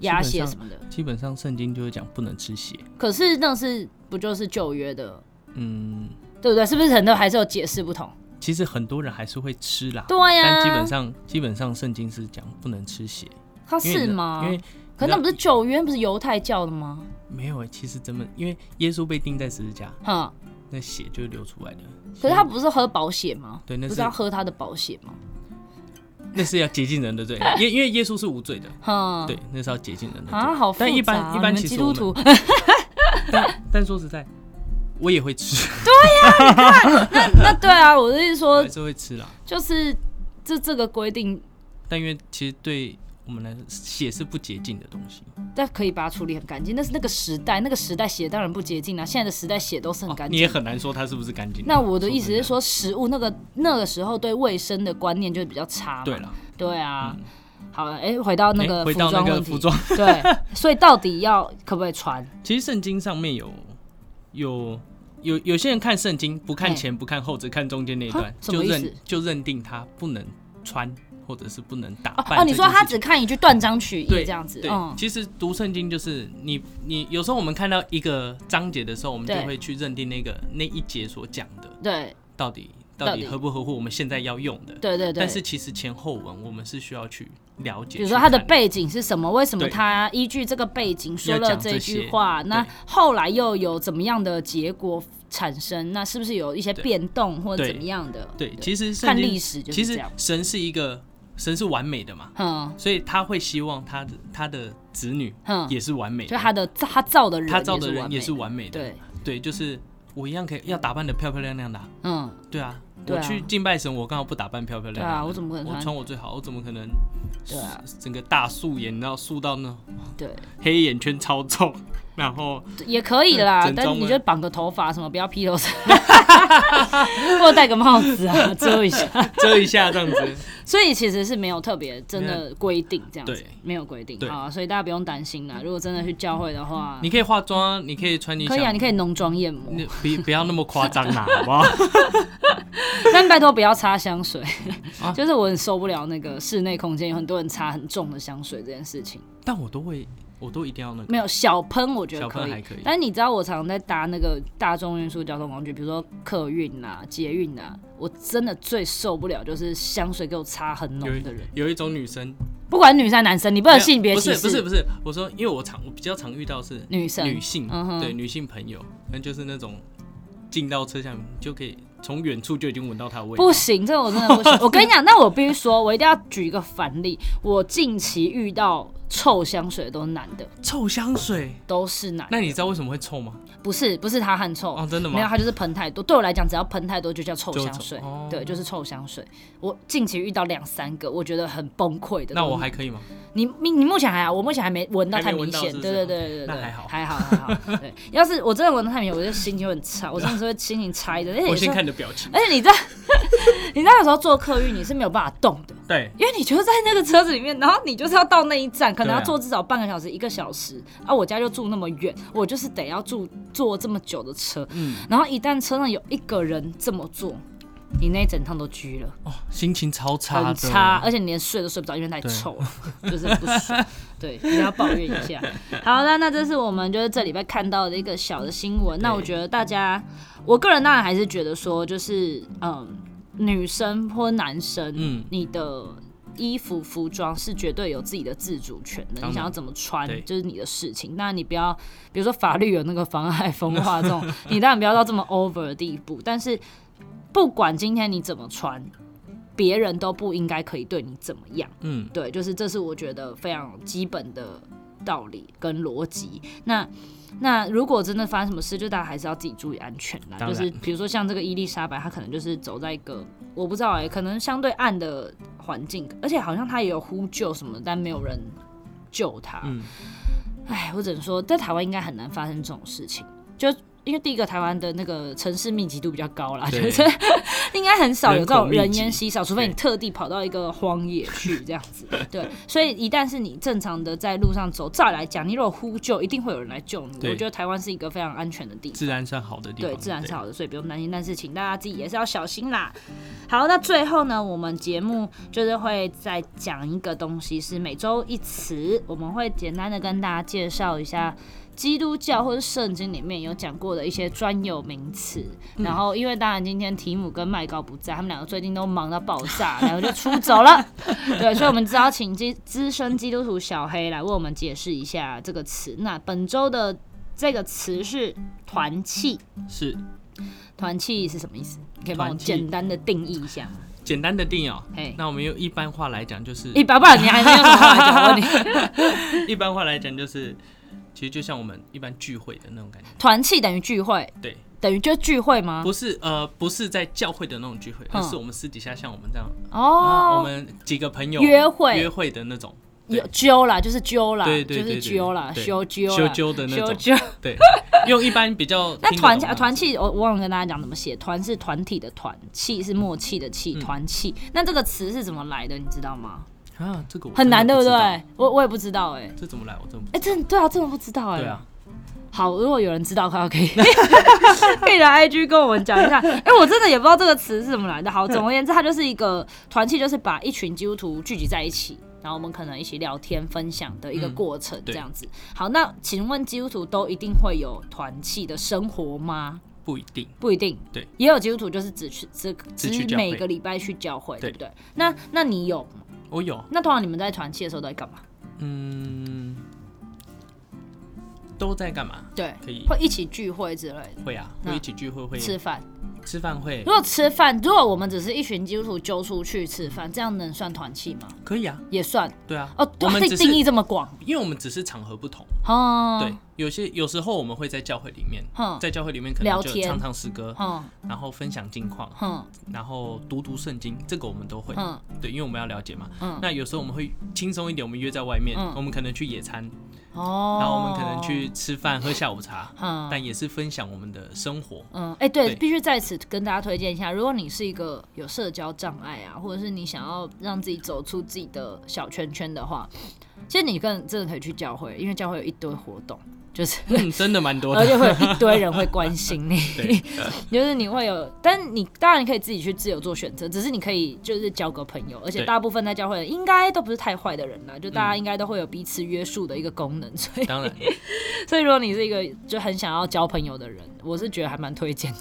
Speaker 1: 鸭
Speaker 2: 基
Speaker 1: 血
Speaker 2: 本上
Speaker 1: 什么的。
Speaker 2: 基本上圣经就是讲不能吃血，
Speaker 1: 可是那是不就是旧约的，
Speaker 2: 嗯，
Speaker 1: 对不对？是不是很多还是有解释不同？
Speaker 2: 其实很多人还是会吃啦，
Speaker 1: 对啊呀、
Speaker 2: 但基本上基本上圣经是讲不能吃血，
Speaker 1: 他
Speaker 2: 因为
Speaker 1: 是
Speaker 2: 你
Speaker 1: 吗
Speaker 2: 因？为
Speaker 1: 可是那不是旧约，不是犹太教的吗？
Speaker 2: 没有哎、其实真的，因为耶稣被钉在十字架，
Speaker 1: 哈、
Speaker 2: 那血就流出来的。
Speaker 1: 可是他不是喝保血吗？
Speaker 2: 对那
Speaker 1: 不
Speaker 2: 是
Speaker 1: 是要喝他的保血吗？
Speaker 2: 那是要洁净人的 罪，因因为耶稣是无罪的，
Speaker 1: 哈、
Speaker 2: 对，那是要洁净人的
Speaker 1: 哦
Speaker 2: 罪。
Speaker 1: 啊，好复杂、
Speaker 2: 但一般一般
Speaker 1: 你们
Speaker 2: 其
Speaker 1: 基
Speaker 2: 实
Speaker 1: 督
Speaker 2: 我
Speaker 1: 徒
Speaker 2: 们， 但但说实在，我也会吃，
Speaker 1: 那 对啊，我是
Speaker 2: 我
Speaker 1: 说
Speaker 2: 还，是会吃啦。
Speaker 1: 就是这这个规定，
Speaker 2: 但因为其实对我们来说，血是不洁净的东西。
Speaker 1: 但可以把它处理很干净。但是那个时代，那个时代血当然不洁净啊，现在的时代血都是很
Speaker 2: 哦
Speaker 1: 干
Speaker 2: 你
Speaker 1: 净。
Speaker 2: 也很难说它是不是干净。
Speaker 1: 那我的意思
Speaker 2: 真
Speaker 1: 是说，食物那个那个时候对卫生的观念就比较差嘛。
Speaker 2: 对了，
Speaker 1: 对啊，好了，哎、回到那个
Speaker 2: 诶回到那个
Speaker 1: 问题
Speaker 2: 服装，
Speaker 1: 对， 所以到底要可不可以穿？
Speaker 2: 其实圣经上面有有有有些人看圣经不看前不看后，只看中间那一
Speaker 1: 哈
Speaker 2: 段，
Speaker 1: 啊什么
Speaker 2: 就
Speaker 1: 意思
Speaker 2: 认就认定他不能穿或者是不能打
Speaker 1: 哦
Speaker 2: 扮这件事情。
Speaker 1: 哦，你说他只看一句断章取义
Speaker 2: 对
Speaker 1: 这样子，
Speaker 2: 对，
Speaker 1: 嗯，
Speaker 2: 其实读圣经就是你你有时候我们看到一个章节的时候，我们就
Speaker 1: 对
Speaker 2: 会去认定那个那一节所讲的
Speaker 1: 对
Speaker 2: 到底
Speaker 1: 到
Speaker 2: 到
Speaker 1: 底
Speaker 2: 底合不合乎我们现在要用的。
Speaker 1: 对对对。
Speaker 2: 但是其实前后文我们是需要去了解，
Speaker 1: 比如说他的
Speaker 2: 去看
Speaker 1: 背景是什么？为什么
Speaker 2: 对
Speaker 1: 他依据这个背景说
Speaker 2: 要
Speaker 1: 了
Speaker 2: 讲这
Speaker 1: 这句
Speaker 2: 些
Speaker 1: 话？那
Speaker 2: 对
Speaker 1: 后来又有怎么样的结果产生？那是不是有一些
Speaker 2: 对
Speaker 1: 变动或者
Speaker 2: 对
Speaker 1: 怎么样的？
Speaker 2: 对，其实圣
Speaker 1: 看
Speaker 2: 经
Speaker 1: 历史就
Speaker 2: 其
Speaker 1: 是这
Speaker 2: 实
Speaker 1: 样。
Speaker 2: 神是一个神是完美的嘛，
Speaker 1: 哼
Speaker 2: 所以他会希望他的他的子女
Speaker 1: 哼，
Speaker 2: 也是完美
Speaker 1: 就
Speaker 2: 的，
Speaker 1: 他的他造的人，
Speaker 2: 他造的人也是完美的，
Speaker 1: 对，
Speaker 2: 对，就是我一样可以要打扮的漂漂亮亮的啊、
Speaker 1: 嗯，
Speaker 2: 对啊，
Speaker 1: 对啊
Speaker 2: 我去敬拜神，我刚好不打扮漂漂
Speaker 1: 对
Speaker 2: 亮亮
Speaker 1: 啊，
Speaker 2: 的
Speaker 1: 我怎么可能
Speaker 2: 我
Speaker 1: 穿？
Speaker 2: 穿我最好，我怎么可能
Speaker 1: 对啊，
Speaker 2: 整个大素颜，然后素到那种
Speaker 1: 对，
Speaker 2: 黑眼圈超重，然后
Speaker 1: 也可以啦
Speaker 2: 嗯整，
Speaker 1: 但
Speaker 2: 装
Speaker 1: 你
Speaker 2: 吗
Speaker 1: 就绑个头发什么，不要披头散， 或戴个帽子 啊，遮一下。
Speaker 2: 遮一下这 样子。
Speaker 1: 所以其实是没有特别真的规定这样子
Speaker 2: 对，
Speaker 1: 没有规定
Speaker 2: 对嗯
Speaker 1: 啊，所以大家不用担心啦。如果真的去教会的话，
Speaker 2: 你可以化妆，你可以穿你
Speaker 1: 可以啊，
Speaker 2: 想
Speaker 1: 你可以浓妆艳抹，
Speaker 2: 你不不要那么夸张啦，好不 好？
Speaker 1: 但拜托不要擦香水
Speaker 2: 啊。
Speaker 1: 就是我很受不了那个室内空间有很多人擦很重的香水这件事情。
Speaker 2: 但我都会，我都一定要那个
Speaker 1: 没有小喷，我觉得
Speaker 2: 小
Speaker 1: 可
Speaker 2: 喷
Speaker 1: 以。
Speaker 2: 还可以。
Speaker 1: 但你知道我常常在搭那个大众运输交通工具，比如说客运啊、捷运啊，我真的最受不了就是香水给我擦很浓
Speaker 2: 有一
Speaker 1: 的人，
Speaker 2: 有一种女生，
Speaker 1: 不管女生男生，你不能性别
Speaker 2: 不
Speaker 1: 歧
Speaker 2: 是
Speaker 1: 视。
Speaker 2: 不是不是，我说因为我常我比较常遇到是
Speaker 1: 女生
Speaker 2: 女性
Speaker 1: 嗯哼，
Speaker 2: 对女性朋友，那就是那种进到车厢就可以从远处就已经闻到她的味道。
Speaker 1: 不行，这个我真的不 行。我跟你讲，那我必须说，我一定要举一个反例。我近期遇到臭香水的都是男的，
Speaker 2: 臭香水，
Speaker 1: 都是男的
Speaker 2: 那你知道为什么会臭吗？
Speaker 1: 不是不是他汗臭，
Speaker 2: 哦，真的吗？
Speaker 1: 没有，他就是喷太多。对我来讲，只要喷太多就叫臭
Speaker 2: 就
Speaker 1: 香
Speaker 2: 臭
Speaker 1: 水，
Speaker 2: 哦
Speaker 1: 对，就是臭香水。我近期遇到两三个，我觉得很崩溃的。
Speaker 2: 那我还可以吗？
Speaker 1: 你你你目前还好，我目前还没闻到
Speaker 2: 还没
Speaker 1: 太明
Speaker 2: 闻到
Speaker 1: 显，
Speaker 2: 是不
Speaker 1: 对对
Speaker 2: 是
Speaker 1: 对对对，
Speaker 2: 那
Speaker 1: 对
Speaker 2: 还好
Speaker 1: 还好还好。对，要是我真的闻到太明显，我就心情会很差，我真的是会心情差一点。而且
Speaker 2: 我
Speaker 1: 有时
Speaker 2: 先
Speaker 1: 候
Speaker 2: 看你的表情。
Speaker 1: 而且你知道， 你知道有时候坐客运你是没有办法动的，
Speaker 2: 对，
Speaker 1: 因为你就是在那个车子里面，然后你就是要到那一站，可能要
Speaker 2: 对啊
Speaker 1: 坐至少半个小时、一个小时。啊，我家就住那么远，我就是得要住坐这么久的车。
Speaker 2: 嗯，
Speaker 1: 然后一旦车上有一个人这么做，你那一整趟都拘了，
Speaker 2: 哦，心情超差
Speaker 1: 很
Speaker 2: 的，
Speaker 1: 差，而且你连睡都睡不着，因为太
Speaker 2: 对
Speaker 1: 臭了， 就是不爽。对，一定要抱怨一下。好，那那这是我们就是这礼拜看到的一个小的新闻。那我觉得大家，我个人当然还是觉得说，就是嗯，女生或男生，
Speaker 2: 嗯
Speaker 1: 你的。衣服、服装是绝对有自己的自主权的，
Speaker 2: 当然
Speaker 1: 你想要怎么穿
Speaker 2: 对
Speaker 1: 就是你的事情。那你不要，比如说法律有那个妨碍风化这 种，你当然不要到这么 over 的地步。但是不管今天你怎么穿，别人都不应该可以对你怎么样。
Speaker 2: 嗯，
Speaker 1: 对，就是这是我觉得非常基本的道理跟逻辑。那那如果真的发生什么事，就大家还是要自己注意安全啦。
Speaker 2: 当
Speaker 1: 就
Speaker 2: 然
Speaker 1: 是比如说像这个伊丽莎白，她可能就是走在一个我不知道哎、可能相对暗的环境，而且好像她也有呼救什么的，但没有人救她。
Speaker 2: 嗯
Speaker 1: 哎，我只能说，在台湾应该很难发生这种事情。就因为第一个台湾的那个城市密集度比较高啦，就
Speaker 2: 对
Speaker 1: 是 应该很少有这种
Speaker 2: 人口密
Speaker 1: 人
Speaker 2: 集
Speaker 1: 烟稀少，除非你
Speaker 2: 对
Speaker 1: 特地跑到一个荒野去这样子。对，所以一旦是你正常的在路上走，再来讲，你如果呼救，一定会有人来救你。
Speaker 2: 对
Speaker 1: 我觉得台湾是一个非常安全的地方。
Speaker 2: 自然算好的地方，
Speaker 1: 对，自然是好的，所以不用担心。但是请大家自己也是要小心啦。好，那最后呢，我们节目就是会再讲一个东西，是每周一词，我们会简单的跟大家介绍一下。基督教或者圣经里面有讲过的一些专有名词，
Speaker 2: 嗯
Speaker 1: 然后因为当然今天提姆跟麦高不在，他们两个最近都忙到爆炸，然后就出走了。 对，所以我们只好请基资深基督徒小黑来为我们解释一下这个词。那本周的这个词是团契，
Speaker 2: 是
Speaker 1: 团契是什么意思？你可以帮我
Speaker 2: 团契
Speaker 1: 简单的定义一下吗。
Speaker 2: 简单的定哦
Speaker 1: 嘿。
Speaker 2: 那我们用一般话来讲，就是
Speaker 1: 一百不然你还没有什么话讲？我问 你，
Speaker 2: 一般话来讲，就是其实就像我们一般聚会的那种感觉，
Speaker 1: 团契等于聚会，
Speaker 2: 对，
Speaker 1: 等于就聚会吗？
Speaker 2: 不是呃不是在教会的那种聚会，
Speaker 1: 啊嗯
Speaker 2: 而是我们私底下像我们这样，啊，我
Speaker 1: 哦，
Speaker 2: 们几个朋友
Speaker 1: 约会
Speaker 2: 约会的那种，对
Speaker 1: 有揪啦，就是揪啦，
Speaker 2: 对
Speaker 1: 就
Speaker 2: 对对
Speaker 1: 是
Speaker 2: 对
Speaker 1: 揪啦，
Speaker 2: 对
Speaker 1: 修揪啦，
Speaker 2: 修揪的那种
Speaker 1: 修揪。
Speaker 2: 对，用一般比较
Speaker 1: 那
Speaker 2: 听得
Speaker 1: 团
Speaker 2: 懂
Speaker 1: 啊
Speaker 2: 的
Speaker 1: 团契，我我忘了跟大家讲怎么写，团是团体的团，契是默契的契，
Speaker 2: 嗯
Speaker 1: 团契。那这个词是怎么来的，你知道吗？
Speaker 2: 啊，这个我
Speaker 1: 很难，对
Speaker 2: 真
Speaker 1: 不
Speaker 2: 的知道？
Speaker 1: 对？我我也不知道，哎，
Speaker 2: 这怎么来？我真的不
Speaker 1: 哎，真的对啊，真的不知道，哎。
Speaker 2: 对啊，
Speaker 1: 好，如果有人知道的 话，可以可以来 IG 跟我们讲一下。
Speaker 2: 嗯
Speaker 1: 哎、我真的也不知道这个词是怎么来的。好，总而言之，它就是一个团契，就是把一群基督徒聚集在一起，然后我们可能一起聊天、分享的一个过程，这
Speaker 2: 对
Speaker 1: 样子。好，那请问基督徒都一定会有团契的生活吗？
Speaker 2: 不一定。
Speaker 1: 不一定，
Speaker 2: 对，
Speaker 1: 也有基督徒就是只去只
Speaker 2: 只去
Speaker 1: 只
Speaker 2: 教会
Speaker 1: 每个礼拜去教会，对
Speaker 2: 对
Speaker 1: 不对？那那你有？
Speaker 2: 我有，啊
Speaker 1: 那通常你们在团契的时候都在干嘛？
Speaker 2: 嗯，都在干嘛？
Speaker 1: 对，
Speaker 2: 可以
Speaker 1: 会一起聚会之类的，
Speaker 2: 会啊，
Speaker 1: 那
Speaker 2: 会一起聚会，会
Speaker 1: 吃饭。
Speaker 2: 吃饭会
Speaker 1: 如果吃饭，如果我们只是一群基督徒揪出去吃饭，这样能算团契吗？
Speaker 2: 可以啊，
Speaker 1: 也算
Speaker 2: 对啊。
Speaker 1: 哦。
Speaker 2: 我们
Speaker 1: 哇这
Speaker 2: 只是
Speaker 1: 定义这么广
Speaker 2: 因为我们只是场合不同，
Speaker 1: 哦。
Speaker 2: 对，，有些有时候我们会在教会里面，
Speaker 1: 哼
Speaker 2: 在教会里面可
Speaker 1: 嗯聊
Speaker 2: 能就
Speaker 1: 天嗯
Speaker 2: 唱唱诗歌，
Speaker 1: 哼
Speaker 2: 然后分享近况，
Speaker 1: 哼
Speaker 2: 然后读读圣经，这个我们都会，
Speaker 1: 哼
Speaker 2: 对，因为我们要了解嘛。
Speaker 1: 嗯
Speaker 2: 那有时候我们会轻松一点，我们约在外面
Speaker 1: 嗯，
Speaker 2: 我们可能去野餐，
Speaker 1: 哦。
Speaker 2: 然后我们可能去吃饭喝下午茶，
Speaker 1: 嗯
Speaker 2: 但也是分享我们的生活。
Speaker 1: 嗯，哎、对，
Speaker 2: 对
Speaker 1: 必须在此跟大家推荐一下，如果你是一个有社交障碍啊，或者是你想要让自己走出自己的小圈圈的话，其实你更真的可以去教会，因为教会有一堆活动，就是。
Speaker 2: 嗯，真的蛮多
Speaker 1: 而
Speaker 2: 的。
Speaker 1: 且会有一堆人会关心你
Speaker 2: 对，
Speaker 1: 就是你会有，但你当然你可以自己去自由做选择，只是你可以就是交个朋友，而且
Speaker 2: 对嗯
Speaker 1: 大部分在教会的人应该都不是太坏的人啦，就大家应该都会有彼此约束的一个功能，所以
Speaker 2: 当然，
Speaker 1: 所以如果你是一个就很想要交朋友的人，我是觉得还蛮推荐的，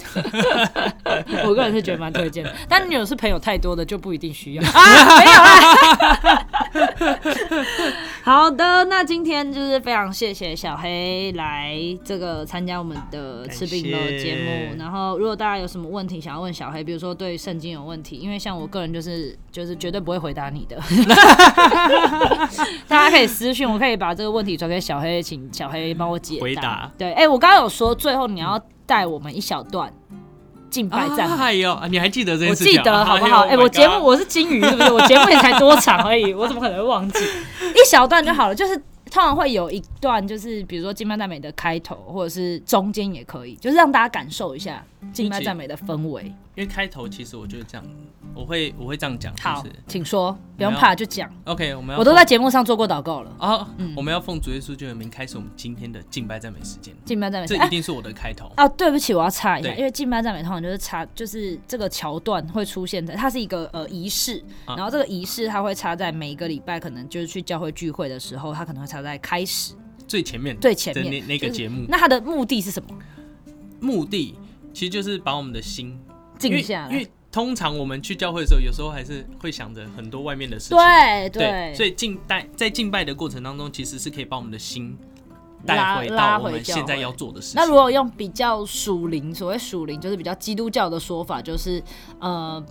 Speaker 1: 我个人是觉得蛮推荐的，但你有是朋友太多的就不一定需要啊，没有啊啦。 好的，那今天就是非常谢谢小黑来这个参加我们的吃饼的节
Speaker 2: 感
Speaker 1: 目。
Speaker 2: 谢
Speaker 1: 然后，如果大家有什么问题想要问小黑，比如说对圣经有问题，因为像我个人就是就是绝对不会回答你的，大家可以私讯，我可以把这个问题转给小黑，请小黑帮我解答。
Speaker 2: 回答
Speaker 1: 对，哎、我刚刚有说最后你要带我们一小段敬拜赞美。
Speaker 2: 哎呦，你还记得这
Speaker 1: 我
Speaker 2: 件事情
Speaker 1: 记
Speaker 2: 啊？
Speaker 1: 得好不好？哎、
Speaker 2: 呦
Speaker 1: 我
Speaker 2: my
Speaker 1: 节目
Speaker 2: god
Speaker 1: 我是金鱼，是不是？我节目也才多长而已，我怎么可能会忘 记？一小段就好了，就是通常会有一段，就是比如说《金麦赞美》的开头，或者是中间也可以，就是让大家感受一下《金麦赞美》的氛围。
Speaker 2: 因为开头其实我就是这样，我会我会这样讲，
Speaker 1: 好
Speaker 2: 就是，
Speaker 1: 请说，不用怕，就讲。
Speaker 2: OK，我们要
Speaker 1: 我都嗯在节目上做过祷告了，《
Speaker 2: 啊，我们要奉主耶稣基督的名开始我们今天的敬拜赞美时 间，
Speaker 1: 金麦赞美》
Speaker 2: 这
Speaker 1: 哎
Speaker 2: 一定是我的开 头。
Speaker 1: 啊，对不起，我要插一下，
Speaker 2: 对
Speaker 1: 因为敬拜赞美通常就是插，就是这个桥段会出现在，它是一个呃仪式，
Speaker 2: 啊
Speaker 1: 然后这个仪式它会插在每一个礼拜，可能就是去教会聚会的时候，它可能会插在开始
Speaker 2: 最前面
Speaker 1: 最前
Speaker 2: 的那
Speaker 1: 面。
Speaker 2: 那个节目，
Speaker 1: 那它的目的是什么？
Speaker 2: 目的其实就是把我们的心
Speaker 1: 静
Speaker 2: 因为
Speaker 1: 下
Speaker 2: 因
Speaker 1: 来
Speaker 2: 为。通常我们去教会的时候，有时候还是会想着很多外面的事情。
Speaker 1: 对
Speaker 2: 对，所
Speaker 1: 以
Speaker 2: 以敬拜在敬拜的过程当中，其实是可以把我们的心带
Speaker 1: 拉
Speaker 2: 回
Speaker 1: 拉
Speaker 2: 到我
Speaker 1: 回
Speaker 2: 们
Speaker 1: 教
Speaker 2: 现在
Speaker 1: 会
Speaker 2: 要做的事
Speaker 1: 那
Speaker 2: 情
Speaker 1: 如。果用比较属灵，所谓属灵就是比较基督教的说法，就是呃，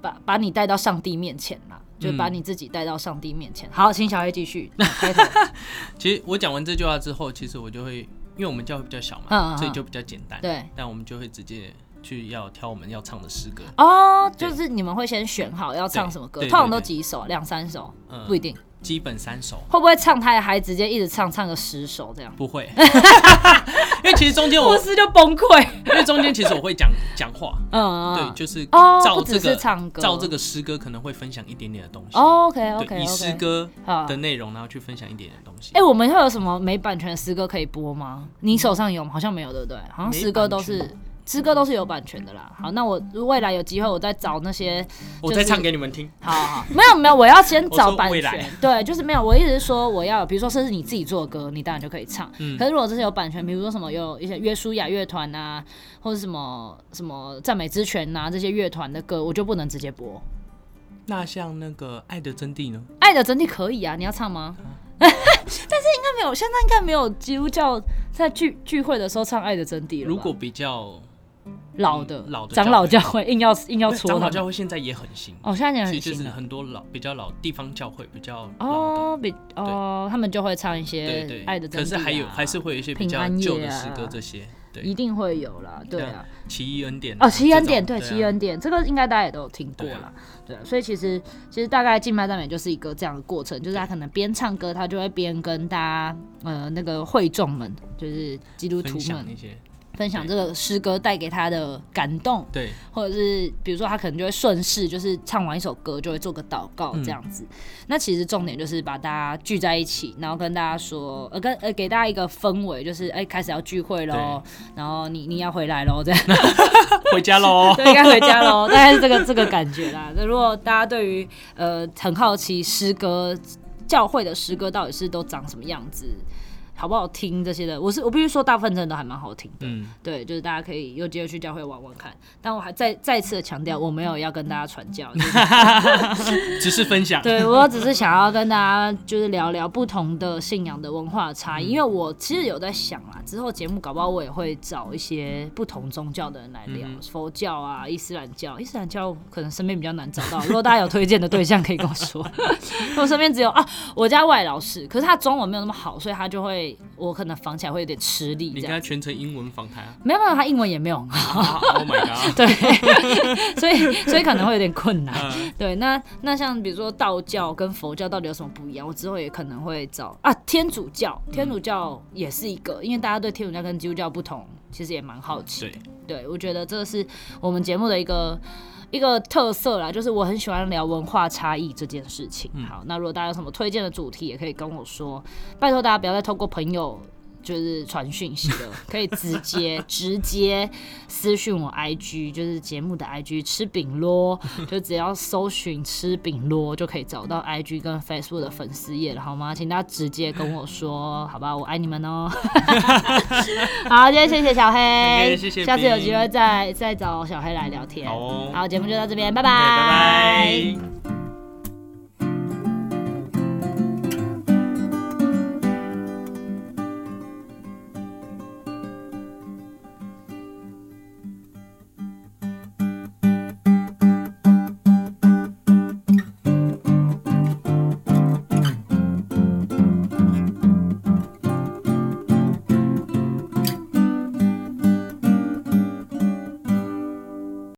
Speaker 1: 把把你带到上帝面前啦，就把
Speaker 2: 嗯
Speaker 1: 你自己带到上帝面前。好，请小黑继续开头。
Speaker 2: 其实我讲完这句话之后，其实我就会，因为我们教会比较小嘛，
Speaker 1: 嗯嗯嗯
Speaker 2: 所以就比较简单。
Speaker 1: 对，
Speaker 2: 但我们就会直接去要挑我们要唱的诗歌。
Speaker 1: 哦，就
Speaker 2: 嗯对
Speaker 1: 是你们会先选好要唱什么歌，
Speaker 2: 对
Speaker 1: 通
Speaker 2: 对
Speaker 1: 常都几首，两三首，
Speaker 2: 嗯
Speaker 1: 不一定。
Speaker 2: 基本三首，
Speaker 1: 会不会唱太嗨，直接一直唱唱个十首这样？
Speaker 2: 不会，因为其实中间我
Speaker 1: 牧，师就崩溃。
Speaker 2: 因为中间其实我会讲讲话，
Speaker 1: 嗯，
Speaker 2: 对，就是
Speaker 1: 哦
Speaker 2: 照
Speaker 1: 不
Speaker 2: 这
Speaker 1: 只
Speaker 2: 个
Speaker 1: 是唱歌哦
Speaker 2: 照这个诗歌可能会分享一点点的东西，
Speaker 1: OK OK
Speaker 2: 对，以诗
Speaker 1: OK。
Speaker 2: 歌
Speaker 1: 好
Speaker 2: 的内容然后去分享一点点东西
Speaker 1: 哎、。我们会有什么没版权的诗歌可以播吗？你手上有吗？好像没有，对不对？好像
Speaker 2: 没
Speaker 1: 诗歌都
Speaker 2: 版权
Speaker 1: 是诗歌都是有版权的啦。好，那我未来有机会我再找那些
Speaker 2: 我
Speaker 1: 就是
Speaker 2: 再唱给你们听，
Speaker 1: 好好，好，没有没有，我要先
Speaker 2: 我
Speaker 1: 找
Speaker 2: 说
Speaker 1: 版
Speaker 2: 未
Speaker 1: 权
Speaker 2: 来。
Speaker 1: 对，就是没有，我一直说我要，比如说甚至你自己做的歌，你当然就可以唱。
Speaker 2: 嗯
Speaker 1: 可是如果这是有版权，比如说什么有一些约书亚乐团啊，或者什么什么赞美之泉呐、这些乐团的歌，我就不能直接播。《
Speaker 2: 那像那个《爱的真谛》呢？
Speaker 1: 爱的真谛》可以啊，你要唱吗？
Speaker 2: 嗯
Speaker 1: 但是应该没有，现在应该没有基督教在聚聚会的时候唱《爱的真谛》了吧。
Speaker 2: 如果比较
Speaker 1: 老的
Speaker 2: 嗯老的
Speaker 1: 长老教会硬要硬要戳
Speaker 2: 长老
Speaker 1: 他
Speaker 2: 教
Speaker 1: 们，
Speaker 2: 会现在也很新，
Speaker 1: 哦，现在也
Speaker 2: 其
Speaker 1: 很
Speaker 2: 实就
Speaker 1: 新
Speaker 2: 是
Speaker 1: 的。
Speaker 2: 很多老比较老地方教会比较老的，
Speaker 1: 哦，比哦，他们就会唱一
Speaker 2: 对
Speaker 1: 些
Speaker 2: 对，
Speaker 1: 《爱的真谛》
Speaker 2: 可是
Speaker 1: 啊，
Speaker 2: 还有还是会有一些比
Speaker 1: 平
Speaker 2: 较
Speaker 1: 安夜
Speaker 2: 旧的诗歌
Speaker 1: 啊
Speaker 2: 这些，
Speaker 1: 一
Speaker 2: 对，
Speaker 1: 定会有啦，对啊。
Speaker 2: 奇异恩典啊
Speaker 1: 哦，奇恩典，
Speaker 2: 这
Speaker 1: 对
Speaker 2: 种
Speaker 1: 奇
Speaker 2: 啊
Speaker 1: 恩典，这个应该大家也都有听过
Speaker 2: 对啊
Speaker 1: 啦，对啊。所以其实其实大概静脉赞美就是一个这样的过程，就是他可能边唱歌，他就会边跟大家呃那个会众们，就是基督徒
Speaker 2: 分享
Speaker 1: 们
Speaker 2: 那些，
Speaker 1: 分享这个诗歌带给他的感动，
Speaker 2: 对，
Speaker 1: 或者是比如说他可能就会顺势，就是唱完一首歌就会做个祷告
Speaker 2: 嗯
Speaker 1: 这样子。那其实重点就是把大家聚在一起，然后跟大家说，呃，跟呃给大家一个氛围，就是哎、开始要聚会喽，然后你你要回来喽这样。。
Speaker 2: 回家 喽
Speaker 1: 对，应该回家喽，大概是这个这个感觉啦。那如果大家对于呃很好奇诗歌教会的诗歌到底是都长什么样子，好不好听这些的，我是我必须说大部分真的都还蛮好听的。
Speaker 2: 嗯，
Speaker 1: 对，就是大家可以有机会去教会玩玩看。但我还再再次的强调，我没有要跟大家传教，就是
Speaker 2: 只是分享，
Speaker 1: 对我只是想要跟大家就是聊聊不同的信仰的文化差
Speaker 2: 嗯
Speaker 1: 异。因为我其实有在想啦，之后节目搞不好我也会找一些不同宗教的人来聊，
Speaker 2: 嗯
Speaker 1: 佛教啊、伊斯兰教。伊斯兰教可能身边比较难找到， 如果大家有推荐的对象可以跟我说。 我身边只有啊，我家外老师，可是他中文没有那么好，所以他就会我可能仿起来会有点吃力
Speaker 2: 你
Speaker 1: 这
Speaker 2: 跟
Speaker 1: 样
Speaker 2: 他。全程英文访 谈啊
Speaker 1: 没有没有，他英文也没有很好。
Speaker 2: 啊，Oh my god！
Speaker 1: 对，所以所以可能会有点困难。
Speaker 2: 嗯
Speaker 1: 对，那那像比如说道教跟佛教到底有什么不一样？我之后也可能会找啊，天主教，天主教也是一个，因为大家对天主教跟基督教不同，其实也蛮好奇 的
Speaker 2: 嗯对。
Speaker 1: 对，我觉得这是我们节目的一个一个特色啦，就是我很喜欢聊文化差异这件事情。
Speaker 2: 嗯
Speaker 1: 好，那如果大家有什么推荐的主题，也可以跟我说。拜托大家不要再透过朋友。就是传讯息 了，可以直接直接私讯我 IG，就是节目的 IG 吃饼 咯，就只要搜寻吃饼咯就可以找到 IG 跟 Facebook 的粉丝页了，好吗？请大家直接跟我说，好吧，我爱你们哦。 好，今天谢谢小黑
Speaker 2: OK，谢 谢
Speaker 1: 下次有机
Speaker 2: 冰
Speaker 1: 会再再找小黑来聊天。
Speaker 2: 好哦
Speaker 1: 好，节目就到这边，拜拜，
Speaker 2: 拜拜。